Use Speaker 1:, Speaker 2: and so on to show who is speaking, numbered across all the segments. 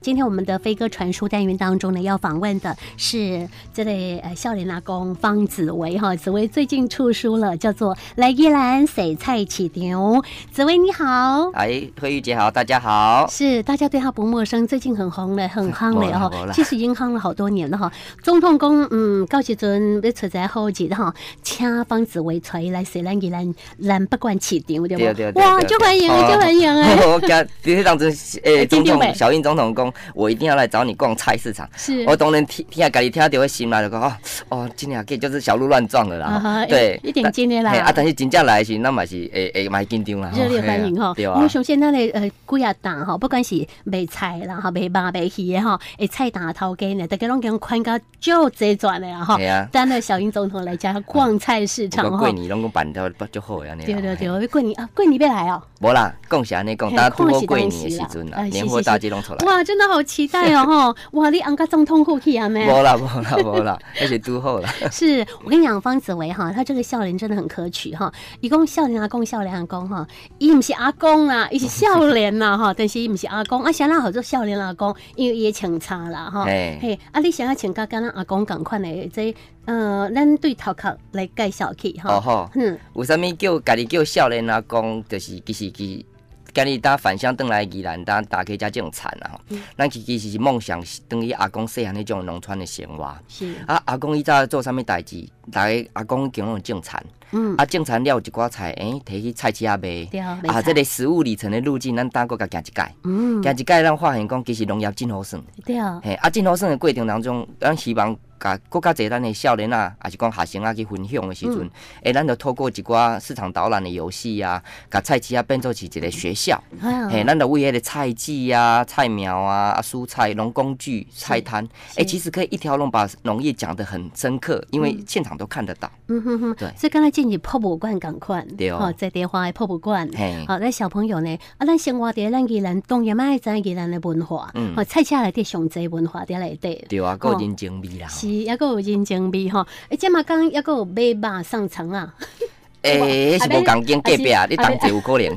Speaker 1: 今天我们的飞鸽传书单元当中呢，要访问的是这位呃笑脸阿公方紫薇哈，紫薇最近出书了，叫做《来依兰水菜起牛》。紫薇你好，
Speaker 2: 哎，慧玉姐好，大家好。
Speaker 1: 是大家对他不陌生，最近很红了，很夯了
Speaker 2: 没啦没
Speaker 1: 哈，
Speaker 2: 啦
Speaker 1: 其实已经夯了好多年了哈。总统讲，嗯，到时阵要出在好节哈，请方紫薇带伊来水咱宜兰咱不管起场对不？
Speaker 2: 对对对，
Speaker 1: 哇，
Speaker 2: 对
Speaker 1: 就欢迎
Speaker 2: 哦
Speaker 1: 哎，就欢迎哎，
Speaker 2: 我讲，比如当 时，诶，
Speaker 1: 今
Speaker 2: 总
Speaker 1: 天呗
Speaker 2: 统小英总统讲，我一定要来找你逛菜市场。
Speaker 1: 是
Speaker 2: 我当然听听下，家己听到会心啦，就讲哦哦，今年啊，就是小鹿乱撞了
Speaker 1: 啊哈
Speaker 2: 啦。对，
Speaker 1: 一一点真的啦
Speaker 2: 嘿啊，但是真正来的是，咱嘛是会会蛮紧张啦。
Speaker 1: 热烈
Speaker 2: 嘿啊
Speaker 1: 欢迎哈！
Speaker 2: 对
Speaker 1: 我
Speaker 2: 啊。
Speaker 1: 相信咱的呃几啊档哈，不管是卖菜啦哈、卖肉卖鱼的哈，会菜档头家呢，大家拢给款到就这转的啦哈
Speaker 2: 对啊。
Speaker 1: 等了小英总统来家逛菜市
Speaker 2: 我
Speaker 1: 场
Speaker 2: 过
Speaker 1: 哈。
Speaker 2: 年拢讲办到就好安尼。
Speaker 1: 对对
Speaker 2: 嘿
Speaker 1: 对，过年啊，过年别来哦！
Speaker 2: 无啦，讲是安尼讲，
Speaker 1: 嘿
Speaker 2: 大家
Speaker 1: 看
Speaker 2: 过
Speaker 1: 是
Speaker 2: 过
Speaker 1: 当
Speaker 2: 年
Speaker 1: 时
Speaker 2: 的时
Speaker 1: 啦
Speaker 2: 阵啦，
Speaker 1: 哎是
Speaker 2: 年
Speaker 1: 是
Speaker 2: 货大
Speaker 1: 是
Speaker 2: 街拢出来。
Speaker 1: 哇，真的好期待哦！吼，哇，你昂个总统过去啊咩？
Speaker 2: 无啦无啦无啦，那是拄 好啦。
Speaker 1: 是我跟你讲，方子维哈，他这个笑脸真的很可取哈。一共笑脸阿公，笑脸阿公哈，伊唔是阿公啦，伊是笑脸啦哈， 但是伊唔是阿公，啊，想让好做笑脸阿公，因为伊也穿差啦哈。
Speaker 2: 嘿
Speaker 1: 嘿，啊，你想要请甲跟咱阿公共款的这呃，咱对头壳来介绍去哈。
Speaker 2: 哦吼。
Speaker 1: 嗯，
Speaker 2: 有啥物叫家己叫少年阿公，就是其实其家己搭返乡转来宜兰，搭大家遮这种田啊吼
Speaker 1: 嗯。
Speaker 2: 咱其其实是梦想是等于阿公细汉迄种农村的生活。
Speaker 1: 是，
Speaker 2: 啊，阿公以早做啥物代志，大家阿公已经拢有种田，
Speaker 1: 嗯，
Speaker 2: 啊种田了有一寡菜，诶、摕去菜市啊卖。
Speaker 1: 对啊，
Speaker 2: 啊，这个食物里程的路径，咱搭过甲行一届，
Speaker 1: 嗯，
Speaker 2: 行一届，咱发现讲其实农业真好耍。
Speaker 1: 对啊，
Speaker 2: 嘿，啊，真好耍的过程当中，咱希望甲更较侪咱的少年啊，也是讲学生啊去分享的时阵，
Speaker 1: 嗯
Speaker 2: 诶、咱就透过一寡市场导览的游戏啊，甲菜市啊变做是一个学校，
Speaker 1: 哎呀
Speaker 2: 嘿、咱就为迄个菜季啊、菜苗啊、啊蔬菜、农工具、菜摊，诶、其实可以一条龙把农业讲得很深刻，因为现场都看得到，
Speaker 1: 嗯哼哼，
Speaker 2: 对
Speaker 1: 所以刚才进去博物馆共款，
Speaker 2: 对哦
Speaker 1: 在地方的博物馆，
Speaker 2: 嘿
Speaker 1: 嗯好、哦咱小朋友呢，啊，咱生活伫咱宜兰，当然嘛爱知宜兰的文化，
Speaker 2: 嗯
Speaker 1: 哦，菜市内底上济文化伫内底。
Speaker 2: 对啊，够人情味啦。
Speaker 1: 哦是，抑个有人情味吼，诶，即嘛讲抑个有买肉上床啊， 哦
Speaker 2: 诶、哎迄是无共间隔壁，你同齐有可 能。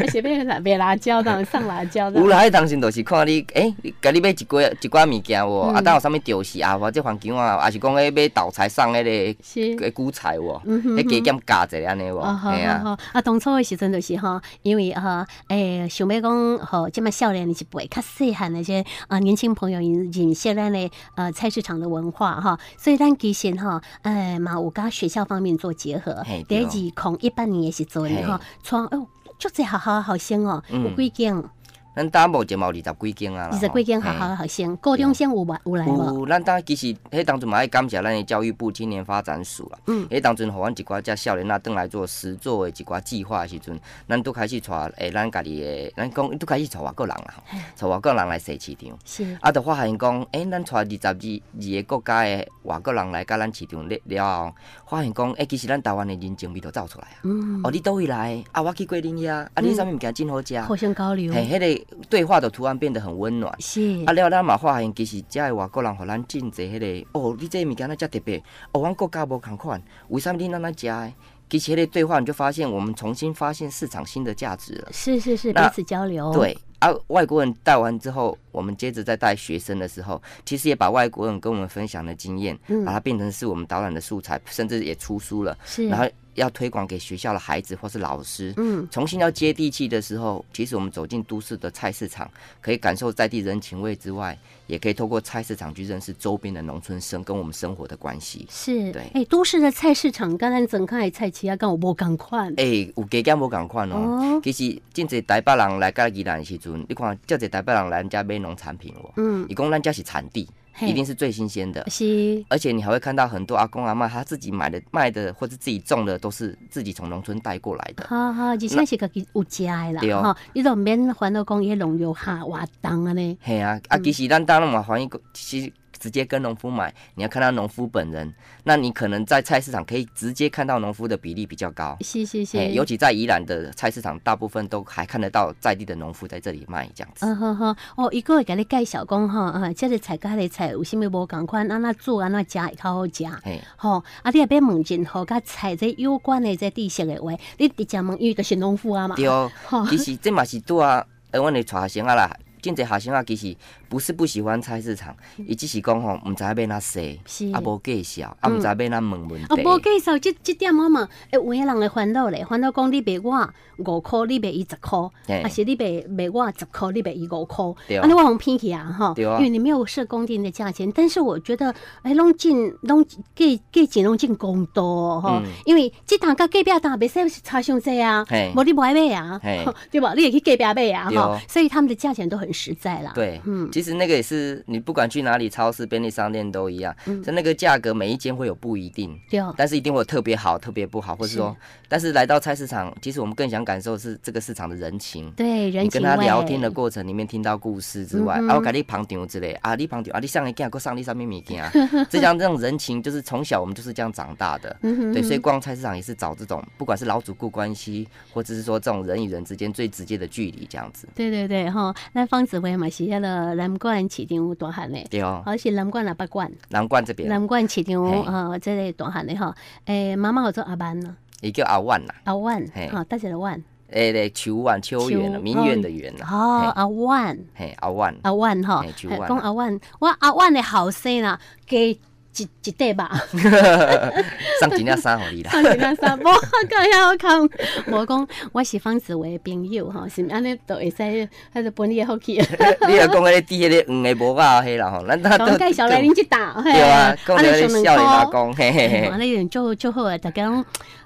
Speaker 1: 而且买辣买辣椒当上辣椒的
Speaker 2: 有，啦，迄当时就是看你，诶、你家你买一寡一寡物件无，
Speaker 1: 嗯
Speaker 2: 啊，当有啥物调是啊，或者环境啊，还是讲迄买豆菜送迄
Speaker 1: 是
Speaker 2: 个。个韭菜无，
Speaker 1: 嗯哼
Speaker 2: 迄加减加者安尼无，
Speaker 1: 哦，好
Speaker 2: 嘿
Speaker 1: 好
Speaker 2: 啊，
Speaker 1: 好，啊，当初的时阵就是吼，因为哈，诶、想要讲吼，即么少年的一辈，较细汉的这啊、年轻朋友因认识咱的呃菜市场的文化哈，所以咱其实哈，诶、嘛有甲学校方面做结合
Speaker 2: 嘿，
Speaker 1: 第
Speaker 2: 对哦
Speaker 1: 二空一八年的时
Speaker 2: 嘿
Speaker 1: 阵哈，创哦。足侪学校的学生哦，有
Speaker 2: 嗯
Speaker 1: 几间，
Speaker 2: 咱当目前嘛有二十几间啊啦，
Speaker 1: 二十几间学校的学生，高中生有吧有来
Speaker 2: 嘿。
Speaker 1: 无？
Speaker 2: 有，咱当其实迄当阵嘛爱感谢咱的教育部青年发展署啦。
Speaker 1: 嗯
Speaker 2: 迄当阵互阮一寡遮少年仔转来做实作的一寡计划的时阵，咱都开始带诶，咱家己的，咱讲都开始带外国人啦，带外国人来市市场。
Speaker 1: 是，
Speaker 2: 啊，就发现讲，诶、咱带二十二二个国家的外国人来甲咱市场了了后，发现讲，诶、其实咱台湾的人情味都走出来啊。
Speaker 1: 嗯，
Speaker 2: 哦，你倒位来的？啊，我去过恁遐，啊，你啥物物件真好食？
Speaker 1: 互相交流，
Speaker 2: 嘿，迄、个对话就突然变得很温暖。
Speaker 1: 是
Speaker 2: 啊，，了咱嘛发现，其实遮的外国人，互咱真侪迄个，哦，你这物件那遮特别，哦，阮国家无共款，为啥物你咱咱食的？其实迄个对话，你就发现我们重新发现市场新的价值了。
Speaker 1: 是是是，彼
Speaker 2: 那
Speaker 1: 此交流，，
Speaker 2: 对啊，外国人带完之后，我们接着再带学生的时候，其实也把外国人跟我们分享的经验，
Speaker 1: 嗯
Speaker 2: 把它变成是我们导览的素材，甚至也出书了，
Speaker 1: 是，
Speaker 2: 然后要推广给学校的孩子或是老师。
Speaker 1: 嗯，
Speaker 2: 重新要接地气的时候，其实我们走进都市的菜市场，可以感受在地人情味之外，也可以透过菜市场去认识周边的农村生跟我们生活的关系。
Speaker 1: 是，
Speaker 2: 对
Speaker 1: 哎，都市的菜市场，刚咱整开的菜市啊，跟我无共款。
Speaker 2: 诶、有加减无共款哦。
Speaker 1: 哦，
Speaker 2: 其实真侪台北人来到宜兰的时阵，你看，遮侪台北人来咱家买农产品哦。
Speaker 1: 嗯，
Speaker 2: 伊讲咱家是产地，
Speaker 1: 嘿
Speaker 2: 一定是最新鲜的。
Speaker 1: 是，
Speaker 2: 而且你还会看到很多阿公阿嬷，他自己买的、卖的或是自己种的，都是自己从农村带过来的。
Speaker 1: 哈哈，而且是家己有食的啦，
Speaker 2: 对哦
Speaker 1: 哈，你都毋免烦恼讲伊农药下活动安尼。
Speaker 2: 嘿啊，
Speaker 1: 嗯
Speaker 2: 啊，其实咱当然嘛，欢迎，其实直接跟农夫买，你要看到农夫本人，那你可能在菜市场可以直接看到农夫的比例比较高。
Speaker 1: 是是
Speaker 2: 嘿
Speaker 1: 是，
Speaker 2: 尤其在宜兰的菜市场，大部分都还看得到在地的农夫在这里卖这样子。
Speaker 1: 嗯哼哼，哦，伊个会甲你介绍讲吼，啊，即个菜甲迄个菜有啥物无共款，啊安那做安那食会较好食。
Speaker 2: 嘿，
Speaker 1: 吼、啊，你若要问任何甲菜这有关的这知识的话，你直接问伊就是农夫啊嘛。
Speaker 2: 对哦，
Speaker 1: 吼，
Speaker 2: 其实这嘛是对啊，呃，阮的带学生啊啦，真侪学生啊，其实不是不喜欢菜市场，伊只是讲吼，毋知要哪说
Speaker 1: 嗯是，嗯
Speaker 2: 啊无介绍，啊毋知要哪问问题。
Speaker 1: 啊，无介绍即即点我嘛，诶，有个人会烦恼咧，烦恼讲你卖我五箍，你卖伊十箍，
Speaker 2: 嘿
Speaker 1: 啊是你卖卖我十箍，你卖伊五箍，
Speaker 2: 对啊
Speaker 1: 安尼我互骗去啊吼，
Speaker 2: 对啊
Speaker 1: 因为你没有设公定的价钱，但是我觉得诶，拢进拢计计钱拢进公道哦吼
Speaker 2: 嗯，
Speaker 1: 因为即档甲隔壁档袂使差伤济啊
Speaker 2: 嘿，
Speaker 1: 无你无爱买啊
Speaker 2: 嘿，
Speaker 1: 对吧？你也去隔壁买啊
Speaker 2: 对
Speaker 1: 吼
Speaker 2: 哦，
Speaker 1: 所以他们的价钱都很实在啦。
Speaker 2: 对，
Speaker 1: 嗯
Speaker 2: 其实那个也是你不管去哪里，超市、便利商店都一样，
Speaker 1: 嗯
Speaker 2: 在那个价格每一间会有不一定，
Speaker 1: 对
Speaker 2: 但是一定会有特别好、特别不好，或是说，但是来到菜市场，其实我们更想感受是这个市场的人情。
Speaker 1: 对，人
Speaker 2: 你
Speaker 1: 情
Speaker 2: 跟他聊
Speaker 1: 味
Speaker 2: 天的过程里面听到故事之外，
Speaker 1: 嗯哼
Speaker 2: 啊，我给你捧场之类，啊，你捧场，啊，你上一件，我上你上面物件， 这样这种人情就是从小我们就是这样长大的，
Speaker 1: 嗯哼
Speaker 2: 对，所以逛菜市场也是找这种不管是老主顾关系，或者是说这种人与人之间最直接的距离这样子，
Speaker 1: 对对对，吼，咱方子薇嘛是迄个南管市场大汉的，
Speaker 2: 对哦，
Speaker 1: 而是南管啊北管，
Speaker 2: 南冠这边，
Speaker 1: 南管市场
Speaker 2: 嘿
Speaker 1: 呃，即个大汉的吼，诶，妈妈有做阿班呐，
Speaker 2: 也叫阿万啦，
Speaker 1: 阿万
Speaker 2: 嘿，
Speaker 1: 吼，搭一个万，
Speaker 2: 诶嘞，球万秋园
Speaker 1: 秋
Speaker 2: 了，名媛的园啦，
Speaker 1: 哦，阿万，
Speaker 2: 嘿，阿万，
Speaker 1: 阿万吼，
Speaker 2: 嘿
Speaker 1: 嘿
Speaker 2: 九万啊
Speaker 1: 讲阿万，我阿万的后生啦，加一一块 吧，
Speaker 2: 上几件衫好 你啦，
Speaker 1: 三零两三，无讲遐好看，无讲我是方子薇的朋友吼，是毋安尼都会使，迄个本地的福 气，
Speaker 2: 你若讲迄个滴迄个黄的无啊迄啦吼，咱咱
Speaker 1: 讲介绍来恁即搭，嘿
Speaker 2: 对 啊，讲到
Speaker 1: 安尼
Speaker 2: 迄
Speaker 1: 上
Speaker 2: 个
Speaker 1: 两
Speaker 2: 少年
Speaker 1: 块
Speaker 2: 阿公，嘿嘿嘿。
Speaker 1: 安尼人做做好诶，大家拢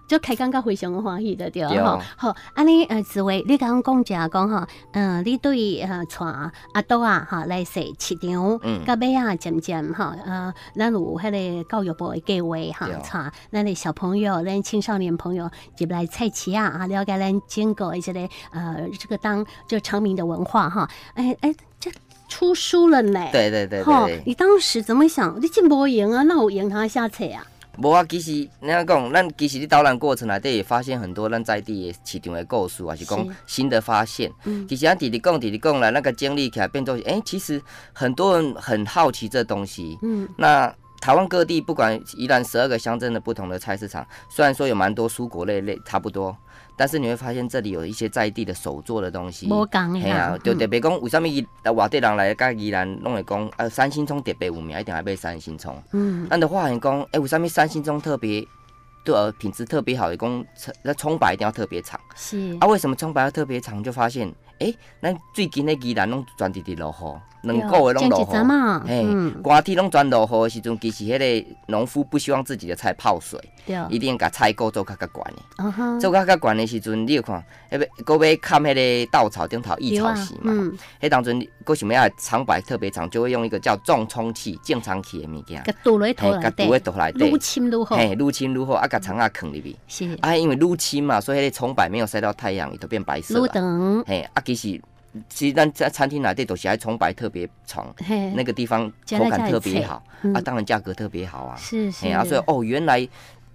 Speaker 1: 就开工到非常欢喜的对
Speaker 2: 对
Speaker 1: 吼。好，安尼呃，紫薇，你刚刚讲一下讲吼，呃，你对呃，带阿多啊哈来说市场，
Speaker 2: 嗯
Speaker 1: 到尾啊渐渐吼，呃，咱有迄个教育部诶计划哈
Speaker 2: 对，
Speaker 1: 带咱诶小朋友、咱青少年朋友入来菜市啊，啊，了解咱整个诶这个呃这个当就长明的文化哈，哎哎，这出书了呢。
Speaker 2: 对对对
Speaker 1: 吼
Speaker 2: 对对，
Speaker 1: 你当时怎么想？你真无闲啊，那有闲通写册啊？
Speaker 2: 无啊，其实你要讲，咱其实你导览过程内底也发现很多咱在地的市场的故事，还是
Speaker 1: 是
Speaker 2: 讲新的发现。
Speaker 1: 嗯
Speaker 2: 其实咱直直讲直直讲来，那个经历起来变作是，哎、其实很多人很好奇这东西。
Speaker 1: 嗯。
Speaker 2: 那台湾各地，不管宜兰十二个乡镇的不同的菜市场，虽然说有蛮多蔬果类类差不多，但是你会发现这里有一些在地的手做的东西。
Speaker 1: 无嗯共诶
Speaker 2: 嘿
Speaker 1: 啦
Speaker 2: 啊，，就特别讲，为什么伊啊外地人来甲宜兰拢会讲，啊，三星葱特别有名，一定要买三星葱。
Speaker 1: 嗯，
Speaker 2: 咱就发现讲，哎、为什么三星葱特别对呃品质特别好？伊讲葱那葱白一定要特别长
Speaker 1: 是
Speaker 2: 啊？为什么葱白要特别长？就发现，哎、咱最近的宜兰拢全直直落雨，两个月拢
Speaker 1: 哦前一阵
Speaker 2: 落雨。
Speaker 1: 嘛，
Speaker 2: 嘿
Speaker 1: 嗯，，
Speaker 2: 寒天拢全落雨的时阵，其实迄个农夫不希望自己的菜泡水，
Speaker 1: 对，嗯啊
Speaker 2: 一定甲菜垢做较较悬的。
Speaker 1: 哈，
Speaker 2: 做较较悬的时阵，你有看，迄个搁要砍迄个稻草顶头
Speaker 1: 对
Speaker 2: 异
Speaker 1: 啊
Speaker 2: 草席嘛？
Speaker 1: 嗯，
Speaker 2: 迄、当阵搁想要长白特别长，就会用一个叫重冲器、降长器的物件。
Speaker 1: 甲堵落去头
Speaker 2: 嘿，甲
Speaker 1: 内
Speaker 2: 毒的
Speaker 1: 底，
Speaker 2: 毒来
Speaker 1: 愈
Speaker 2: 底，
Speaker 1: 深愈好，
Speaker 2: 嘿，入侵愈好，啊，甲虫仔藏入去，
Speaker 1: 是愈
Speaker 2: 啊，因为入侵嘛，所以迄个葱白没有晒到太阳，伊就变白色了，
Speaker 1: 长，
Speaker 2: 嘿，啊，其实其实咱在餐厅内底都是爱葱白特别长，
Speaker 1: 嘿，
Speaker 2: 那个地方
Speaker 1: 加
Speaker 2: 口
Speaker 1: 在家
Speaker 2: 感
Speaker 1: 里
Speaker 2: 特别
Speaker 1: 菜
Speaker 2: 好，啊，
Speaker 1: 嗯
Speaker 2: 当然价格特别好啊，
Speaker 1: 是是
Speaker 2: 嘿，啊，所以哦，原来。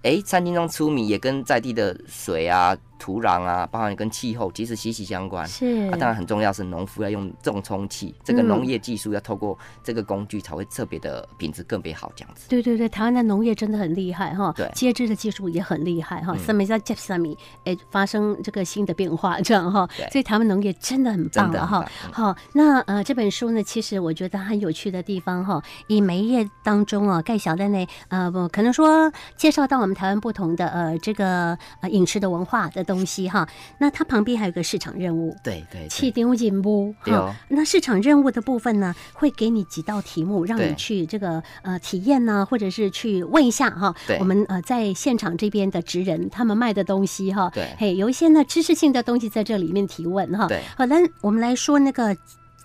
Speaker 2: 哎，餐厅中出米也跟在地的水啊、土壤啊，包含跟气候，其实息息相关。
Speaker 1: 是
Speaker 2: 啊，，当然很重要是农夫要用重冲器，这个
Speaker 1: 嗯
Speaker 2: 农业技术要透过这个工具才会特别的品质更别好这样子。
Speaker 1: 对对对，台湾的农业真的很厉害哈，
Speaker 2: 对嗯
Speaker 1: 接枝的技术也很厉害哈，三米在接三米，诶，发生这个新的变化，这样哈
Speaker 2: 对，
Speaker 1: 所以台湾农业真的很棒
Speaker 2: 真的
Speaker 1: 了哈
Speaker 2: 很棒。嗯
Speaker 1: 好，那呃这本书呢，其实我觉得很有趣的地方哈，以每一页当中啊，盖小的呢，呃，不可能说介绍到我们台湾不同的呃这个呃饮食的文化的东西哈。那它旁边还有个市场任务。
Speaker 2: 对对
Speaker 1: 气
Speaker 2: 对，
Speaker 1: 丢进屋
Speaker 2: 对哦
Speaker 1: 那市场任务的部分呢，会给你几道题目，让你
Speaker 2: 对
Speaker 1: 去这个呃体验呢、或者是去问一下哈
Speaker 2: 对。
Speaker 1: 我们呃在现场这边的职人他们卖的东西哈，
Speaker 2: 对
Speaker 1: 嘿，有一些呢知识性的东西在这里面提问哈。
Speaker 2: 对
Speaker 1: 好，那我们来说那个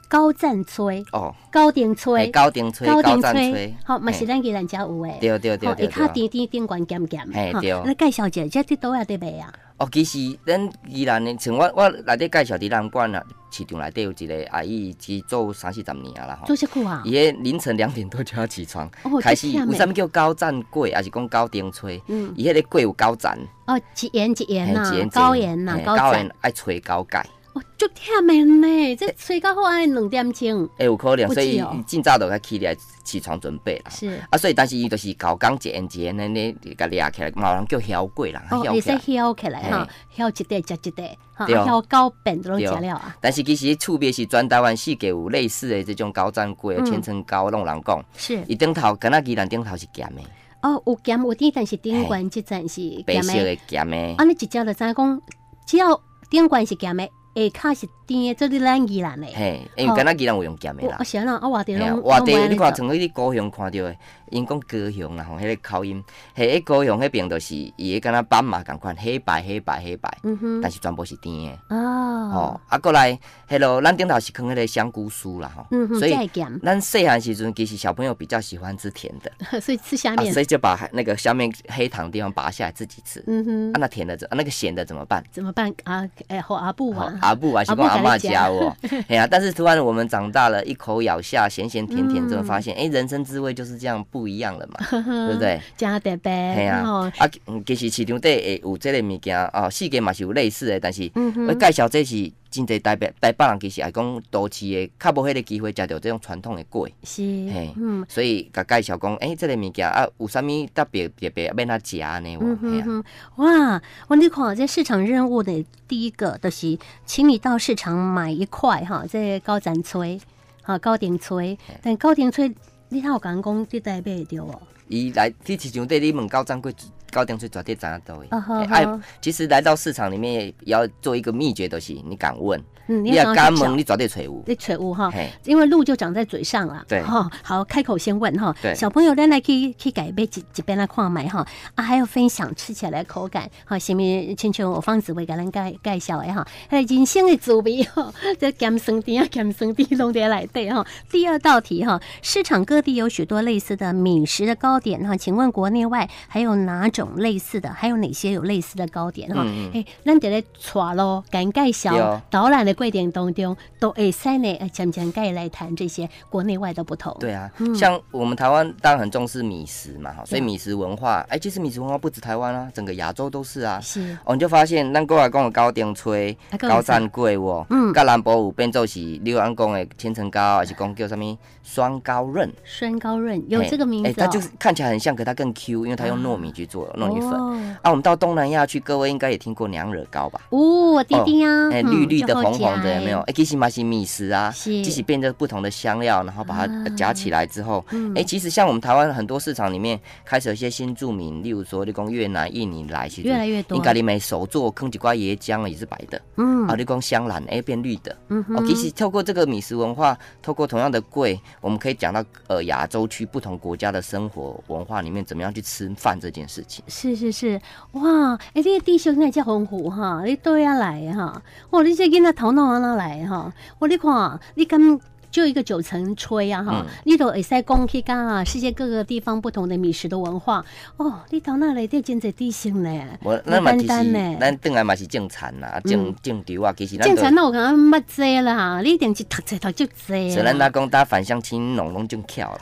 Speaker 1: 高赞炊、
Speaker 2: 哦，
Speaker 1: 高点
Speaker 2: 哎
Speaker 1: 炊、
Speaker 2: 高顶吹、高站吹，
Speaker 1: 好，嘛是
Speaker 2: 嘿
Speaker 1: 咱给人家有诶。
Speaker 2: 对对对
Speaker 1: 好，一
Speaker 2: 对
Speaker 1: 卡
Speaker 2: 对。
Speaker 1: 甜甜甜管咸咸，
Speaker 2: 嘿
Speaker 1: 哈
Speaker 2: 对
Speaker 1: 那介绍者，这啲都要得卖啊？
Speaker 2: 哦，其实咱宜兰的，像我我内底介绍伫南管啊，市场内底有一个阿姨，只做三四十年啊啦吼
Speaker 1: 做。些久啊？
Speaker 2: 伊迄凌晨两点多就要起床，
Speaker 1: 哦
Speaker 2: 开始
Speaker 1: 这忝
Speaker 2: 有
Speaker 1: 的
Speaker 2: 啥物叫高站粿，还是讲高顶吹？
Speaker 1: 嗯，
Speaker 2: 伊迄个粿有高站，
Speaker 1: 哦，几盐几盐
Speaker 2: 嘿
Speaker 1: 呐
Speaker 2: 一个一，个
Speaker 1: 高盐呐
Speaker 2: 嘿，
Speaker 1: 高
Speaker 2: 高
Speaker 1: 盐
Speaker 2: 盐爱吹高盖，
Speaker 1: 哦，足忝的呢，这吹到好爱两点钟，
Speaker 2: 诶、哎有可能，
Speaker 1: 不
Speaker 2: 所以
Speaker 1: 止哦
Speaker 2: 伊尽早就该起来起床准备啦。
Speaker 1: 是
Speaker 2: 啊，所以但是伊就是搞讲一按一按安尼，甲掠起来，嘛有人叫枵鬼啦，
Speaker 1: 哦，
Speaker 2: 枵
Speaker 1: 会
Speaker 2: 啊起
Speaker 1: 使
Speaker 2: 来。
Speaker 1: 晓起来哈，晓一块食一块，哈，啊
Speaker 2: 对哦
Speaker 1: 晓到便都拢食了啊，
Speaker 2: 但是其实厝边是全台湾四界有类似的这种高站粿、
Speaker 1: 嗯
Speaker 2: 千层糕，拢有人讲，
Speaker 1: 是
Speaker 2: 伊顶头敢若伊人顶头是咸的，
Speaker 1: 哦，有咸有甜，但是顶悬即层是
Speaker 2: 白
Speaker 1: 咸
Speaker 2: 色
Speaker 1: 的，
Speaker 2: 的咸的。
Speaker 1: 安尼直接就知影讲，只要顶悬是咸的，下骹是甜的，这是咱宜兰的。
Speaker 2: 嘿，因为敢若伊人有用咸的
Speaker 1: 我
Speaker 2: 啦
Speaker 1: 我。想哦啦，我外地
Speaker 2: 嘿啊
Speaker 1: 拢
Speaker 2: 外
Speaker 1: 拢
Speaker 2: 地
Speaker 1: 袂安
Speaker 2: 你
Speaker 1: 尼
Speaker 2: 看，
Speaker 1: 做，
Speaker 2: 从迄啲高雄看到的，因讲高雄啦吼，迄个口音，迄个高雄迄边就是伊敢若斑马共款，黑白黑白黑白，
Speaker 1: 嗯哼，
Speaker 2: 但是全部是甜的。
Speaker 1: 哦
Speaker 2: 哦，，啊，过来，迄落咱顶头是放迄个香菇酥啦吼，
Speaker 1: 嗯哼，
Speaker 2: 所以
Speaker 1: 再咸，
Speaker 2: 咱细汉时阵其实小朋友比较喜欢吃甜的，
Speaker 1: 所以吃下
Speaker 2: 啊，
Speaker 1: 面
Speaker 2: 所，以就把那个下面黑糖的地方拔下来自己吃。
Speaker 1: 嗯哼
Speaker 2: 啊，，那甜的怎、啊、那个咸的怎么办？
Speaker 1: 怎么办啊？哎，好阿布
Speaker 2: 哦
Speaker 1: 啊，
Speaker 2: 阿布啊，
Speaker 1: 阿
Speaker 2: 是
Speaker 1: 母
Speaker 2: 讲阿妈
Speaker 1: 给他
Speaker 2: 家哦， 哎呀、但是突然我们长大了，一口咬下，咸咸甜甜，就会发
Speaker 1: 嗯
Speaker 2: 现，哎、人生滋味就是这样不一样了 嘛，对
Speaker 1: 对
Speaker 2: 不？对？
Speaker 1: 加特别，
Speaker 2: 系啊
Speaker 1: 哦，
Speaker 2: 啊，嗯其实市场底会有这个物件哦，世界嘛是有类似的，但是
Speaker 1: 嗯哼
Speaker 2: 我介绍这是真侪台北台北人其实也讲都市的，较无迄个机会食到这种传统的粿，
Speaker 1: 是，
Speaker 2: 嘿
Speaker 1: 嗯。
Speaker 2: 所以甲介绍讲，诶、这个物件啊，有啥物特别特别要哪食呢？啊
Speaker 1: 嗯
Speaker 2: 我
Speaker 1: 哼
Speaker 2: 呀，
Speaker 1: 哼，哇！我你看，这市场任务的第一个就是，请你到市场买一块哈，这高展炊，哈高顶炊，但高顶炊你还有讲讲你台买着哦，
Speaker 2: 伊来去市场底，你问高掌柜。高点最绝对知影到位
Speaker 1: 啊哈。
Speaker 2: 哎
Speaker 1: 哈，
Speaker 2: 其实来到市场里面也要做一个秘诀，就是你敢问，
Speaker 1: 嗯，
Speaker 2: 你要
Speaker 1: 赶
Speaker 2: 敢
Speaker 1: 快去找
Speaker 2: 问，
Speaker 1: 哦
Speaker 2: 你绝对找有。
Speaker 1: 你揣有哈。
Speaker 2: 嘿，
Speaker 1: 因为路就长在嘴上啦，
Speaker 2: 对
Speaker 1: 哈、好，开口先问哈，
Speaker 2: 对
Speaker 1: 小朋友，咱来去去改杯几几边来看买哈，啊，还有分享吃起来的口感，哈，下面亲像我方子为给咱介介绍的哈，还有人生的滋味哈， 这咸酸甜啊，咸酸甜拢在内底哈。第二道题哈，市场各地有许多类似的米食的糕点哈，请问国内外还有哪种类似的？还有哪些有类似的糕点哈？
Speaker 2: 嗯嗯
Speaker 1: 诶，咱伫咧带咯，简介
Speaker 2: 对
Speaker 1: 绍
Speaker 2: 哦
Speaker 1: 导览的过程当中，都会使呢，呃渐渐介来谈这些国内外的不同。
Speaker 2: 对啊，像我们台湾当然很重视米食嘛，哈，所以
Speaker 1: 对啊
Speaker 2: 米食文化，哎、其实米食文化不止台湾啊，整个亚洲都是啊。
Speaker 1: 是，
Speaker 2: 哦，你就发现咱国外讲的高顶炊
Speaker 1: 啊、还有
Speaker 2: 高站粿哦，
Speaker 1: 嗯
Speaker 2: 甲南部有变做是，你有按讲的千层糕，啊还是讲叫什么双糕润？
Speaker 1: 酸高润有
Speaker 2: 嘿
Speaker 1: 这个名
Speaker 2: 哎
Speaker 1: 字、哦啊
Speaker 2: 它就是看起来很像，可它更 Q，因为它用糯米去做糯米粉。
Speaker 1: 哦
Speaker 2: 啊，我们到东南亚去，各位应该也听过娘惹糕吧？
Speaker 1: 哦，弟弟啊，
Speaker 2: 哎、
Speaker 1: 嗯
Speaker 2: 绿绿的、
Speaker 1: 就好
Speaker 2: 红红的，
Speaker 1: 吃
Speaker 2: 有没有？哎、其实嘛是米食啊，
Speaker 1: 是
Speaker 2: 即使变成不同的香料，然后把它
Speaker 1: 啊
Speaker 2: 呃夹起来之后，哎、
Speaker 1: 嗯
Speaker 2: 其实像我们台湾很多市场里面开始有一些新住民，例如说你讲越南、印尼来，其实
Speaker 1: 越来越多
Speaker 2: 应该你买手做，坑几瓜椰浆也是白的，
Speaker 1: 嗯
Speaker 2: 啊，你讲香兰哎、变绿的。
Speaker 1: 嗯哼
Speaker 2: 哦，其实透过这个米食文化，透过同样的贵，我们可以讲到呃亚洲区不同国家的生活文化里面怎么样去吃饭这件事情。
Speaker 1: 是是是，哇！哎、你的弟兄那叫洪湖哈，你对啊来的哈，哇！你这囡仔头脑安怎来的哈？哇！你看，你敢就一个九层吹啊哈，
Speaker 2: 嗯
Speaker 1: 你都会使讲去讲啊，世界各个地方不同的米食的文化哦，你头脑内底真侪弟兄呢。
Speaker 2: 我那嘛
Speaker 1: 不简
Speaker 2: 其
Speaker 1: 单呢嗯
Speaker 2: 实咱等来嘛是种田啦，种种稻啊，其实咱
Speaker 1: 正
Speaker 2: 就
Speaker 1: 常那有讲捌济啦，你一定是读啊册读足济
Speaker 2: 所以咱
Speaker 1: 啦
Speaker 2: 阿，讲搭反向青农拢种巧啦，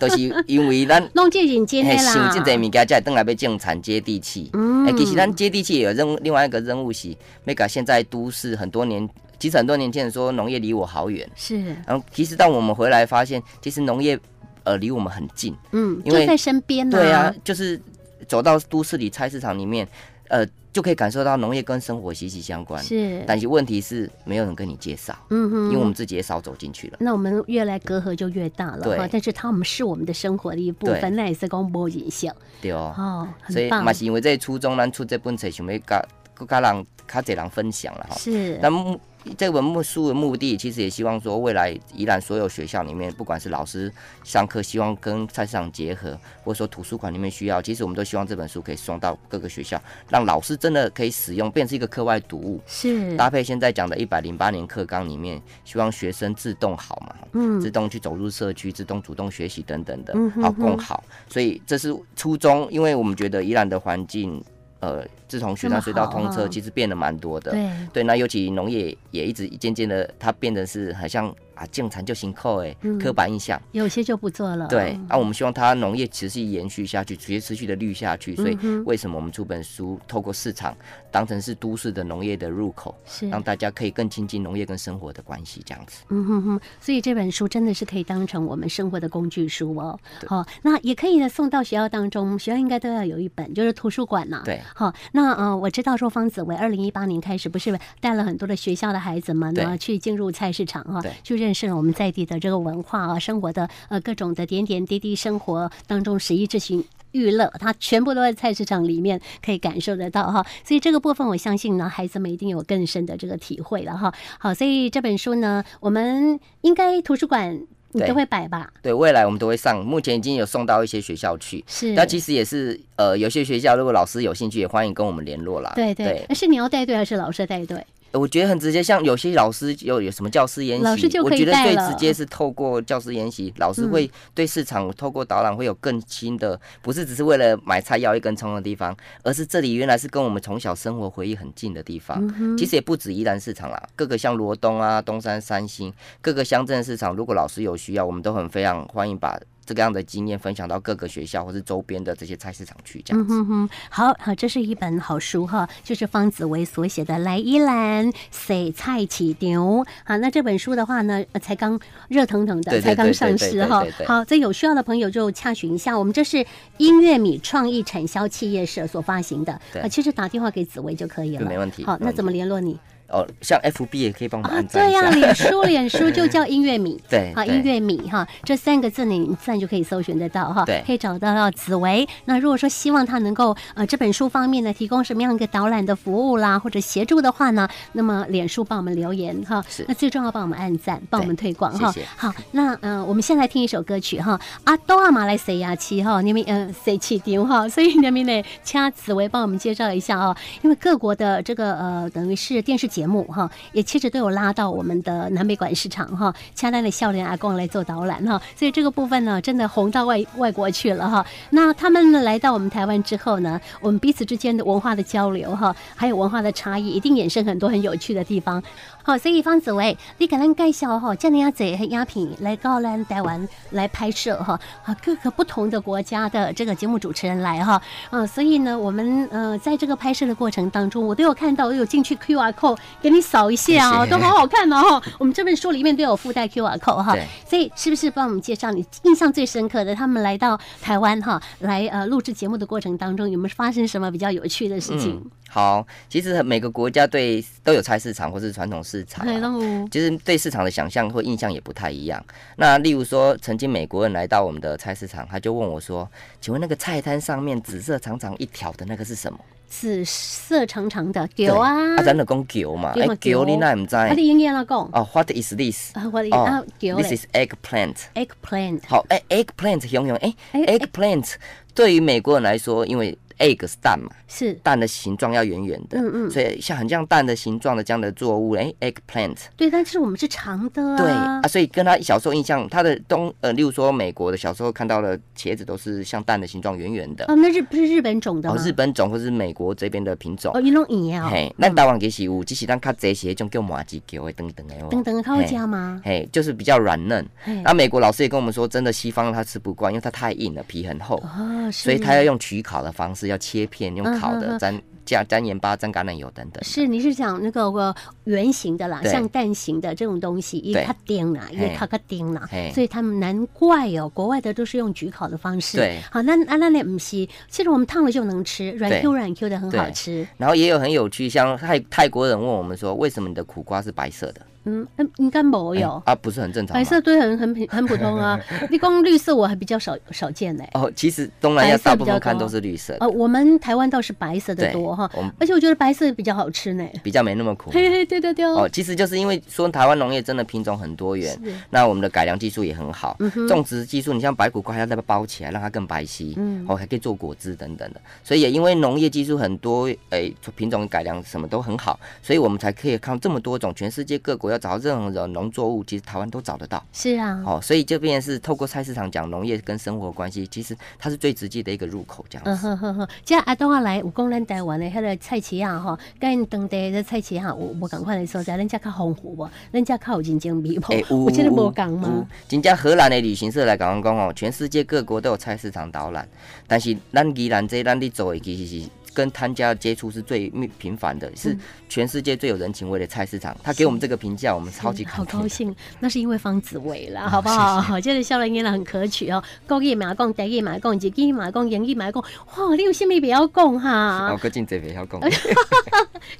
Speaker 2: 都 是因为咱
Speaker 1: 弄这认真的
Speaker 2: 嘿
Speaker 1: 啦
Speaker 2: 想。即个物件，才会等来要种田接地气。
Speaker 1: 嗯
Speaker 2: 哎、其实咱接地气也有任务另外一个任务是，那个现在都市很多年，其实很多年轻人说农业离我好远，
Speaker 1: 是
Speaker 2: 然后其实当我们回来发现，其实农业呃离我们很近。
Speaker 1: 嗯，就
Speaker 2: 因为
Speaker 1: 在身边啦。
Speaker 2: 对啊，，就是走到都市里菜市场里面，呃，就可以感受到农业跟生活息息相关。
Speaker 1: 是
Speaker 2: 但是问题是没有人跟你介绍，
Speaker 1: 嗯哼，
Speaker 2: 因为我们自己也少走进去了。
Speaker 1: 那我们越来隔阂就越大了
Speaker 2: 对
Speaker 1: 哈，但是他们是我们的生活的一部
Speaker 2: 对
Speaker 1: 分，那也是公播影响
Speaker 2: 对哦。
Speaker 1: 哦，
Speaker 2: 所
Speaker 1: 很
Speaker 2: 以
Speaker 1: 棒
Speaker 2: 嘛，是因为这个初衷，咱出这本册想要甲更加人较侪人分享了哈。
Speaker 1: 是
Speaker 2: 哦那目这本目书的目的，其实也希望说，未来宜兰所有学校里面，不管是老师上课，希望跟菜市场结合，或者说图书馆里面需要，其实我们都希望这本书可以送到各个学校，让老师真的可以使用，变成一个课外读物。
Speaker 1: 是
Speaker 2: 搭配现在讲的一百零八年课纲里面，希望学生自动好嘛，
Speaker 1: 嗯
Speaker 2: 自动去走入社区，自动主动学习等等的
Speaker 1: 嗯，哼
Speaker 2: 好
Speaker 1: 哼
Speaker 2: 更好。所以这是初衷，因为我们觉得宜兰的环境，呃，自从雪
Speaker 1: 那么
Speaker 2: 山隧道
Speaker 1: 好
Speaker 2: 通车，
Speaker 1: 啊
Speaker 2: 其实变得蛮多的。
Speaker 1: 对
Speaker 2: 对，那尤其农业也一直渐渐的，它变得是很像啊，种田就辛苦诶，
Speaker 1: 嗯
Speaker 2: 刻板印象。
Speaker 1: 有些就不做了。
Speaker 2: 对，啊，我们希望它农业持续延续下去，持续持续的绿下去。所以
Speaker 1: 嗯
Speaker 2: 为什么我们出本书，透过市场当成是都市的农业的入口，
Speaker 1: 是
Speaker 2: 让大家可以更亲近农业跟生活的关系，这样子。
Speaker 1: 嗯哼哼，所以这本书真的是可以当成我们生活的工具书哦。好、那也可以呢送到学校当中，学校应该都要有一本，就是图书馆呐、
Speaker 2: 对
Speaker 1: 好、那呃，我知道说方子维二零一八年开始不是带了很多的学校的孩子们呢，
Speaker 2: 对
Speaker 1: 去进入菜市场啊
Speaker 2: 对，
Speaker 1: 去认识了我们在地的这个文化啊，生活的呃各种的点点滴滴，生活当中十一之行。娱乐，它全部都在菜市场里面可以感受得到哈，所以这个部分我相信呢，孩子们一定有更深的这个体会了哈。好，所以这本书呢，我们应该图书馆你
Speaker 2: 对
Speaker 1: 都会摆吧？
Speaker 2: 对，未来我们都会上，目前已经有送到一些学校去。
Speaker 1: 是，
Speaker 2: 那其实也是，呃，有些学校如果老师有兴趣，也欢迎跟我们联络啦。
Speaker 1: 对对，是你要带队还是老师带队？
Speaker 2: 我觉得很直接，像有些老师有有什么教师研习，
Speaker 1: 老师就
Speaker 2: 我
Speaker 1: 可以
Speaker 2: 觉得
Speaker 1: 带
Speaker 2: 最
Speaker 1: 了嗯
Speaker 2: 直接是透过教师研习，老师会对市场透过导览会有更新的，不是只是为了买菜要一根葱的地方，而是这里原来是跟我们从小生活回忆很近的地方。
Speaker 1: 嗯
Speaker 2: 其实也不止宜兰市场啦，各个像罗东啊、东山、三星各个乡镇市场，如果老师有需要，我们都很非常欢迎把这个样的经验分享到各个学校或是周边的这些菜市场去，这样子。
Speaker 1: 嗯哼，好好，这是一本好书哈，就是方子维所写的《来依兰洗菜起牛》好，那这本书的话呢，呃才刚热腾腾的，
Speaker 2: 对对
Speaker 1: 才刚上
Speaker 2: 对对
Speaker 1: 市
Speaker 2: 对
Speaker 1: 哈
Speaker 2: 对对。对
Speaker 1: 好，这有需要的朋友就洽询一下，我们这是音乐米创意产销企业社所发行的，
Speaker 2: 对
Speaker 1: 呃其实打电话给紫薇就可以了，
Speaker 2: 对没问题
Speaker 1: 好，
Speaker 2: 没
Speaker 1: 那
Speaker 2: 问
Speaker 1: 怎么联络你？
Speaker 2: 哦，像 FB 也可以帮我们
Speaker 1: 啊，
Speaker 2: 按赞
Speaker 1: 对
Speaker 2: 一
Speaker 1: 呀、
Speaker 2: 下。。
Speaker 1: 脸书，脸书就叫音乐米
Speaker 2: 对
Speaker 1: 好，
Speaker 2: 对
Speaker 1: 音乐米哈，这三个字呢，你自然就可以搜寻得到哈，
Speaker 2: 对
Speaker 1: 可以找得到紫薇。那如果说希望他能够呃这本书方面呢提供什么样一个导览的服务啦，或者协助的话呢，那么脸书帮我们留言哈
Speaker 2: 是，
Speaker 1: 那最重要帮我们按赞，帮我们推广哈
Speaker 2: 谢谢。
Speaker 1: 好，那呃我们现在听一首歌曲哈，阿多啊马来西亚七哈，你们呃谁起丢哈，所以你们呢，请紫薇帮我们介绍一下哦，因为各国的这个呃，等于是电视节目哈，也其实都有拉到我们的南北馆市场哈，掐单的笑脸阿公来做导览哈，所以这个部分呢，真的红到外外国去了哈。那他们呢来到我们台湾之后呢，我们彼此之间的文化的交流哈，还有文化的差异，一定衍生很多很有趣的地方。好，哦所以方子维，你给咱介绍哈，这样子的影片来到咱台湾来拍摄哈，啊，各个不同的国家的这个节目主持人来哈，嗯，所以呢，我们呃在这个拍摄的过程当中，我都有看到，我有进去 Q R code 给你扫一下哦，
Speaker 2: 谢谢
Speaker 1: 都好好看哦。我们这本书里面都有附带 Q R code 哦哈
Speaker 2: 对，
Speaker 1: 所以是不是帮我们介绍你印象最深刻的？他们来到台湾哈，来呃录制节目的过程当中，有没有发生什么比较有趣的事情？
Speaker 2: 嗯，好，其实每个国家对都有菜市场或是传统市场、
Speaker 1: 对，
Speaker 2: 啊。
Speaker 1: 喽，
Speaker 2: 就是对市场的想象或印象也不太一样。那例如说，曾经美国人来到我们的菜市场，他就问我说：“请问那个菜单上面紫色长长一条的那个是什么
Speaker 1: 紫色长长的？”有啊，
Speaker 2: 啊，咱的讲球嘛，
Speaker 1: 对
Speaker 2: 哎
Speaker 1: 嘛，
Speaker 2: 球
Speaker 1: 球
Speaker 2: 你那唔知道？
Speaker 1: 啊，你营业了讲，
Speaker 2: 哦，What is this？
Speaker 1: 啊，我的啊
Speaker 2: 哦
Speaker 1: 有
Speaker 2: ，This
Speaker 1: 嘞
Speaker 2: is eggplant。
Speaker 1: ，eggplant
Speaker 2: 好，哎，eggplant 形容哎
Speaker 1: 哎
Speaker 2: ，eggplant 对于美国人来说，因为 egg 是蛋嘛，
Speaker 1: 是。
Speaker 2: 蛋的形状要圆圆的，
Speaker 1: 嗯嗯
Speaker 2: 所以像很像蛋的形状的这样的作物，哎，eggplant。
Speaker 1: 对，但是我们是长的
Speaker 2: 对
Speaker 1: 啊
Speaker 2: 啊，，所以跟他小时候印象，他的东呃，例如说美国的小时候看到的茄子都是像蛋的形状，圆圆的，
Speaker 1: 啊，那日不是日本种的
Speaker 2: 然
Speaker 1: 吗？
Speaker 2: 后哦日本种或是美国这边的品种
Speaker 1: 啊哦，。伊拢圆啊，
Speaker 2: 嘿，咱台湾其实有，只是咱较侪是迄种叫麻糬球的，等等的哦。
Speaker 1: 等等，靠家吗？
Speaker 2: 嘿，就是比较软嫩。
Speaker 1: 嘿
Speaker 2: 那美国老师也跟我们说，真的西方他吃不惯，因为它太硬了，皮很厚，
Speaker 1: 哦，是
Speaker 2: 所以他要用取烤的方式，要切片，用烤
Speaker 1: 嗯哼哼
Speaker 2: 的，沾加沾盐巴、沾橄榄油等等。
Speaker 1: 是你是讲那个呃圆形的啦，
Speaker 2: 对
Speaker 1: 像蛋形的这种东西，一
Speaker 2: 对
Speaker 1: 卡丁啦，
Speaker 2: 嘿
Speaker 1: 一卡个丁啦
Speaker 2: 嘿，
Speaker 1: 所以他们难怪哦，国外的都是用焗烤的方式。
Speaker 2: 对
Speaker 1: 好，那那那那不是，其实我们烫了就能吃，软
Speaker 2: 对
Speaker 1: Q 软 Q 的很好
Speaker 2: 对
Speaker 1: 吃。
Speaker 2: 然后也有很有趣，像泰泰国人问我们说，为什么你的苦瓜是白色的？
Speaker 1: 嗯，嗯应该没有。
Speaker 2: 啊，不是很正常吗？
Speaker 1: 白色对很很很普通 啊，你光绿色我还比较少少见呢、
Speaker 2: 哦，其实东南亚
Speaker 1: 白色
Speaker 2: 大
Speaker 1: 比
Speaker 2: 部
Speaker 1: 较
Speaker 2: 分看
Speaker 1: 多
Speaker 2: 都是绿色的，
Speaker 1: 呃，我们台湾倒是白色的
Speaker 2: 对
Speaker 1: 多哈
Speaker 2: 我们，
Speaker 1: 而且我觉得白色比较好吃呢、
Speaker 2: 比较没那么 苦。
Speaker 1: 嘿嘿，对对对
Speaker 2: 哦，
Speaker 1: 哦，
Speaker 2: 其实就是因为说台湾农业真的品种很多元
Speaker 1: 是，嗯
Speaker 2: 那我们的改良技术也很好，种植技术，你像白苦瓜还要再包起来，让它更白皙，
Speaker 1: 嗯
Speaker 2: 哦，还可以做果汁等等的，所以也因为农业技术哎很多，诶、品种改良什么都很好，所以我们才可以看这么多种全世界各国要要找任何的农作物，其实台湾都找得到。
Speaker 1: 是啊，
Speaker 2: 好、所以这边是透过菜市场讲农业跟生活关系，其实它是最直接的一个入口，这样
Speaker 1: 嗯
Speaker 2: 子。
Speaker 1: 哼哼哼，即阿东啊来，有讲咱台湾的迄个菜市啊吼，甲因当地的菜市啊有无共款的所在，咱遮较丰富无，咱遮较有人情味
Speaker 2: 哎、
Speaker 1: 无，有即个无共
Speaker 2: 有
Speaker 1: 吗？？
Speaker 2: 人家荷兰的旅行社来讲讲哦，全世界各国都有菜市场导览，但是咱宜兰这咱的走的其实是跟摊家的接触是最密频繁的，
Speaker 1: 嗯
Speaker 2: 是全世界最有人情味的菜市场。他给我们这个评价，我们超级
Speaker 1: 嗯好
Speaker 2: 感动
Speaker 1: 高。兴，那是因为方子伟
Speaker 2: 啊
Speaker 1: 啦，好不好？ 好，这个少年囡仔很可取哦，国语嘛讲，台语嘛讲，日语嘛讲，英语嘛讲，哇，你有啥物袂晓讲哈
Speaker 2: 哦，？个进这边要 讲，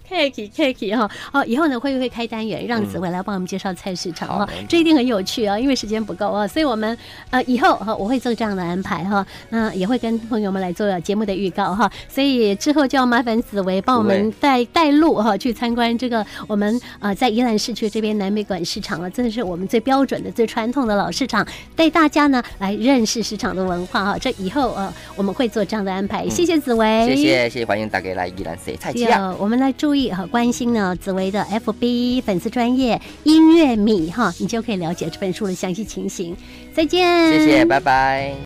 Speaker 1: 客气客气哈。好，以后呢会不会开单元让紫薇来帮我们介绍菜市场
Speaker 2: 嗯好
Speaker 1: 哈、
Speaker 2: 没问题
Speaker 1: 这一定很有趣啊，因为时间不够啊，所以我们呃以后哈、我会做这样的安排哈、那也会跟朋友们来做节目的预告哈、所以之后就要麻烦紫薇帮我们
Speaker 2: 不会
Speaker 1: 带带路哈、去参观这个我们呃在宜兰市区这边南美馆市场啊，真的是我们最标准的、最传统的老市场，带大家呢来认识市场的文化哈、这以后呃我们会做这样的安排，谢谢紫薇，
Speaker 2: 嗯谢谢谢谢，欢迎大家来宜兰吃菜
Speaker 1: 第
Speaker 2: 市啊。
Speaker 1: 二，我们来注意和关心呢，紫薇的 FB 粉丝专业音乐米哈，你就可以了解这本书的详细情形。再见，
Speaker 2: 谢谢，拜拜。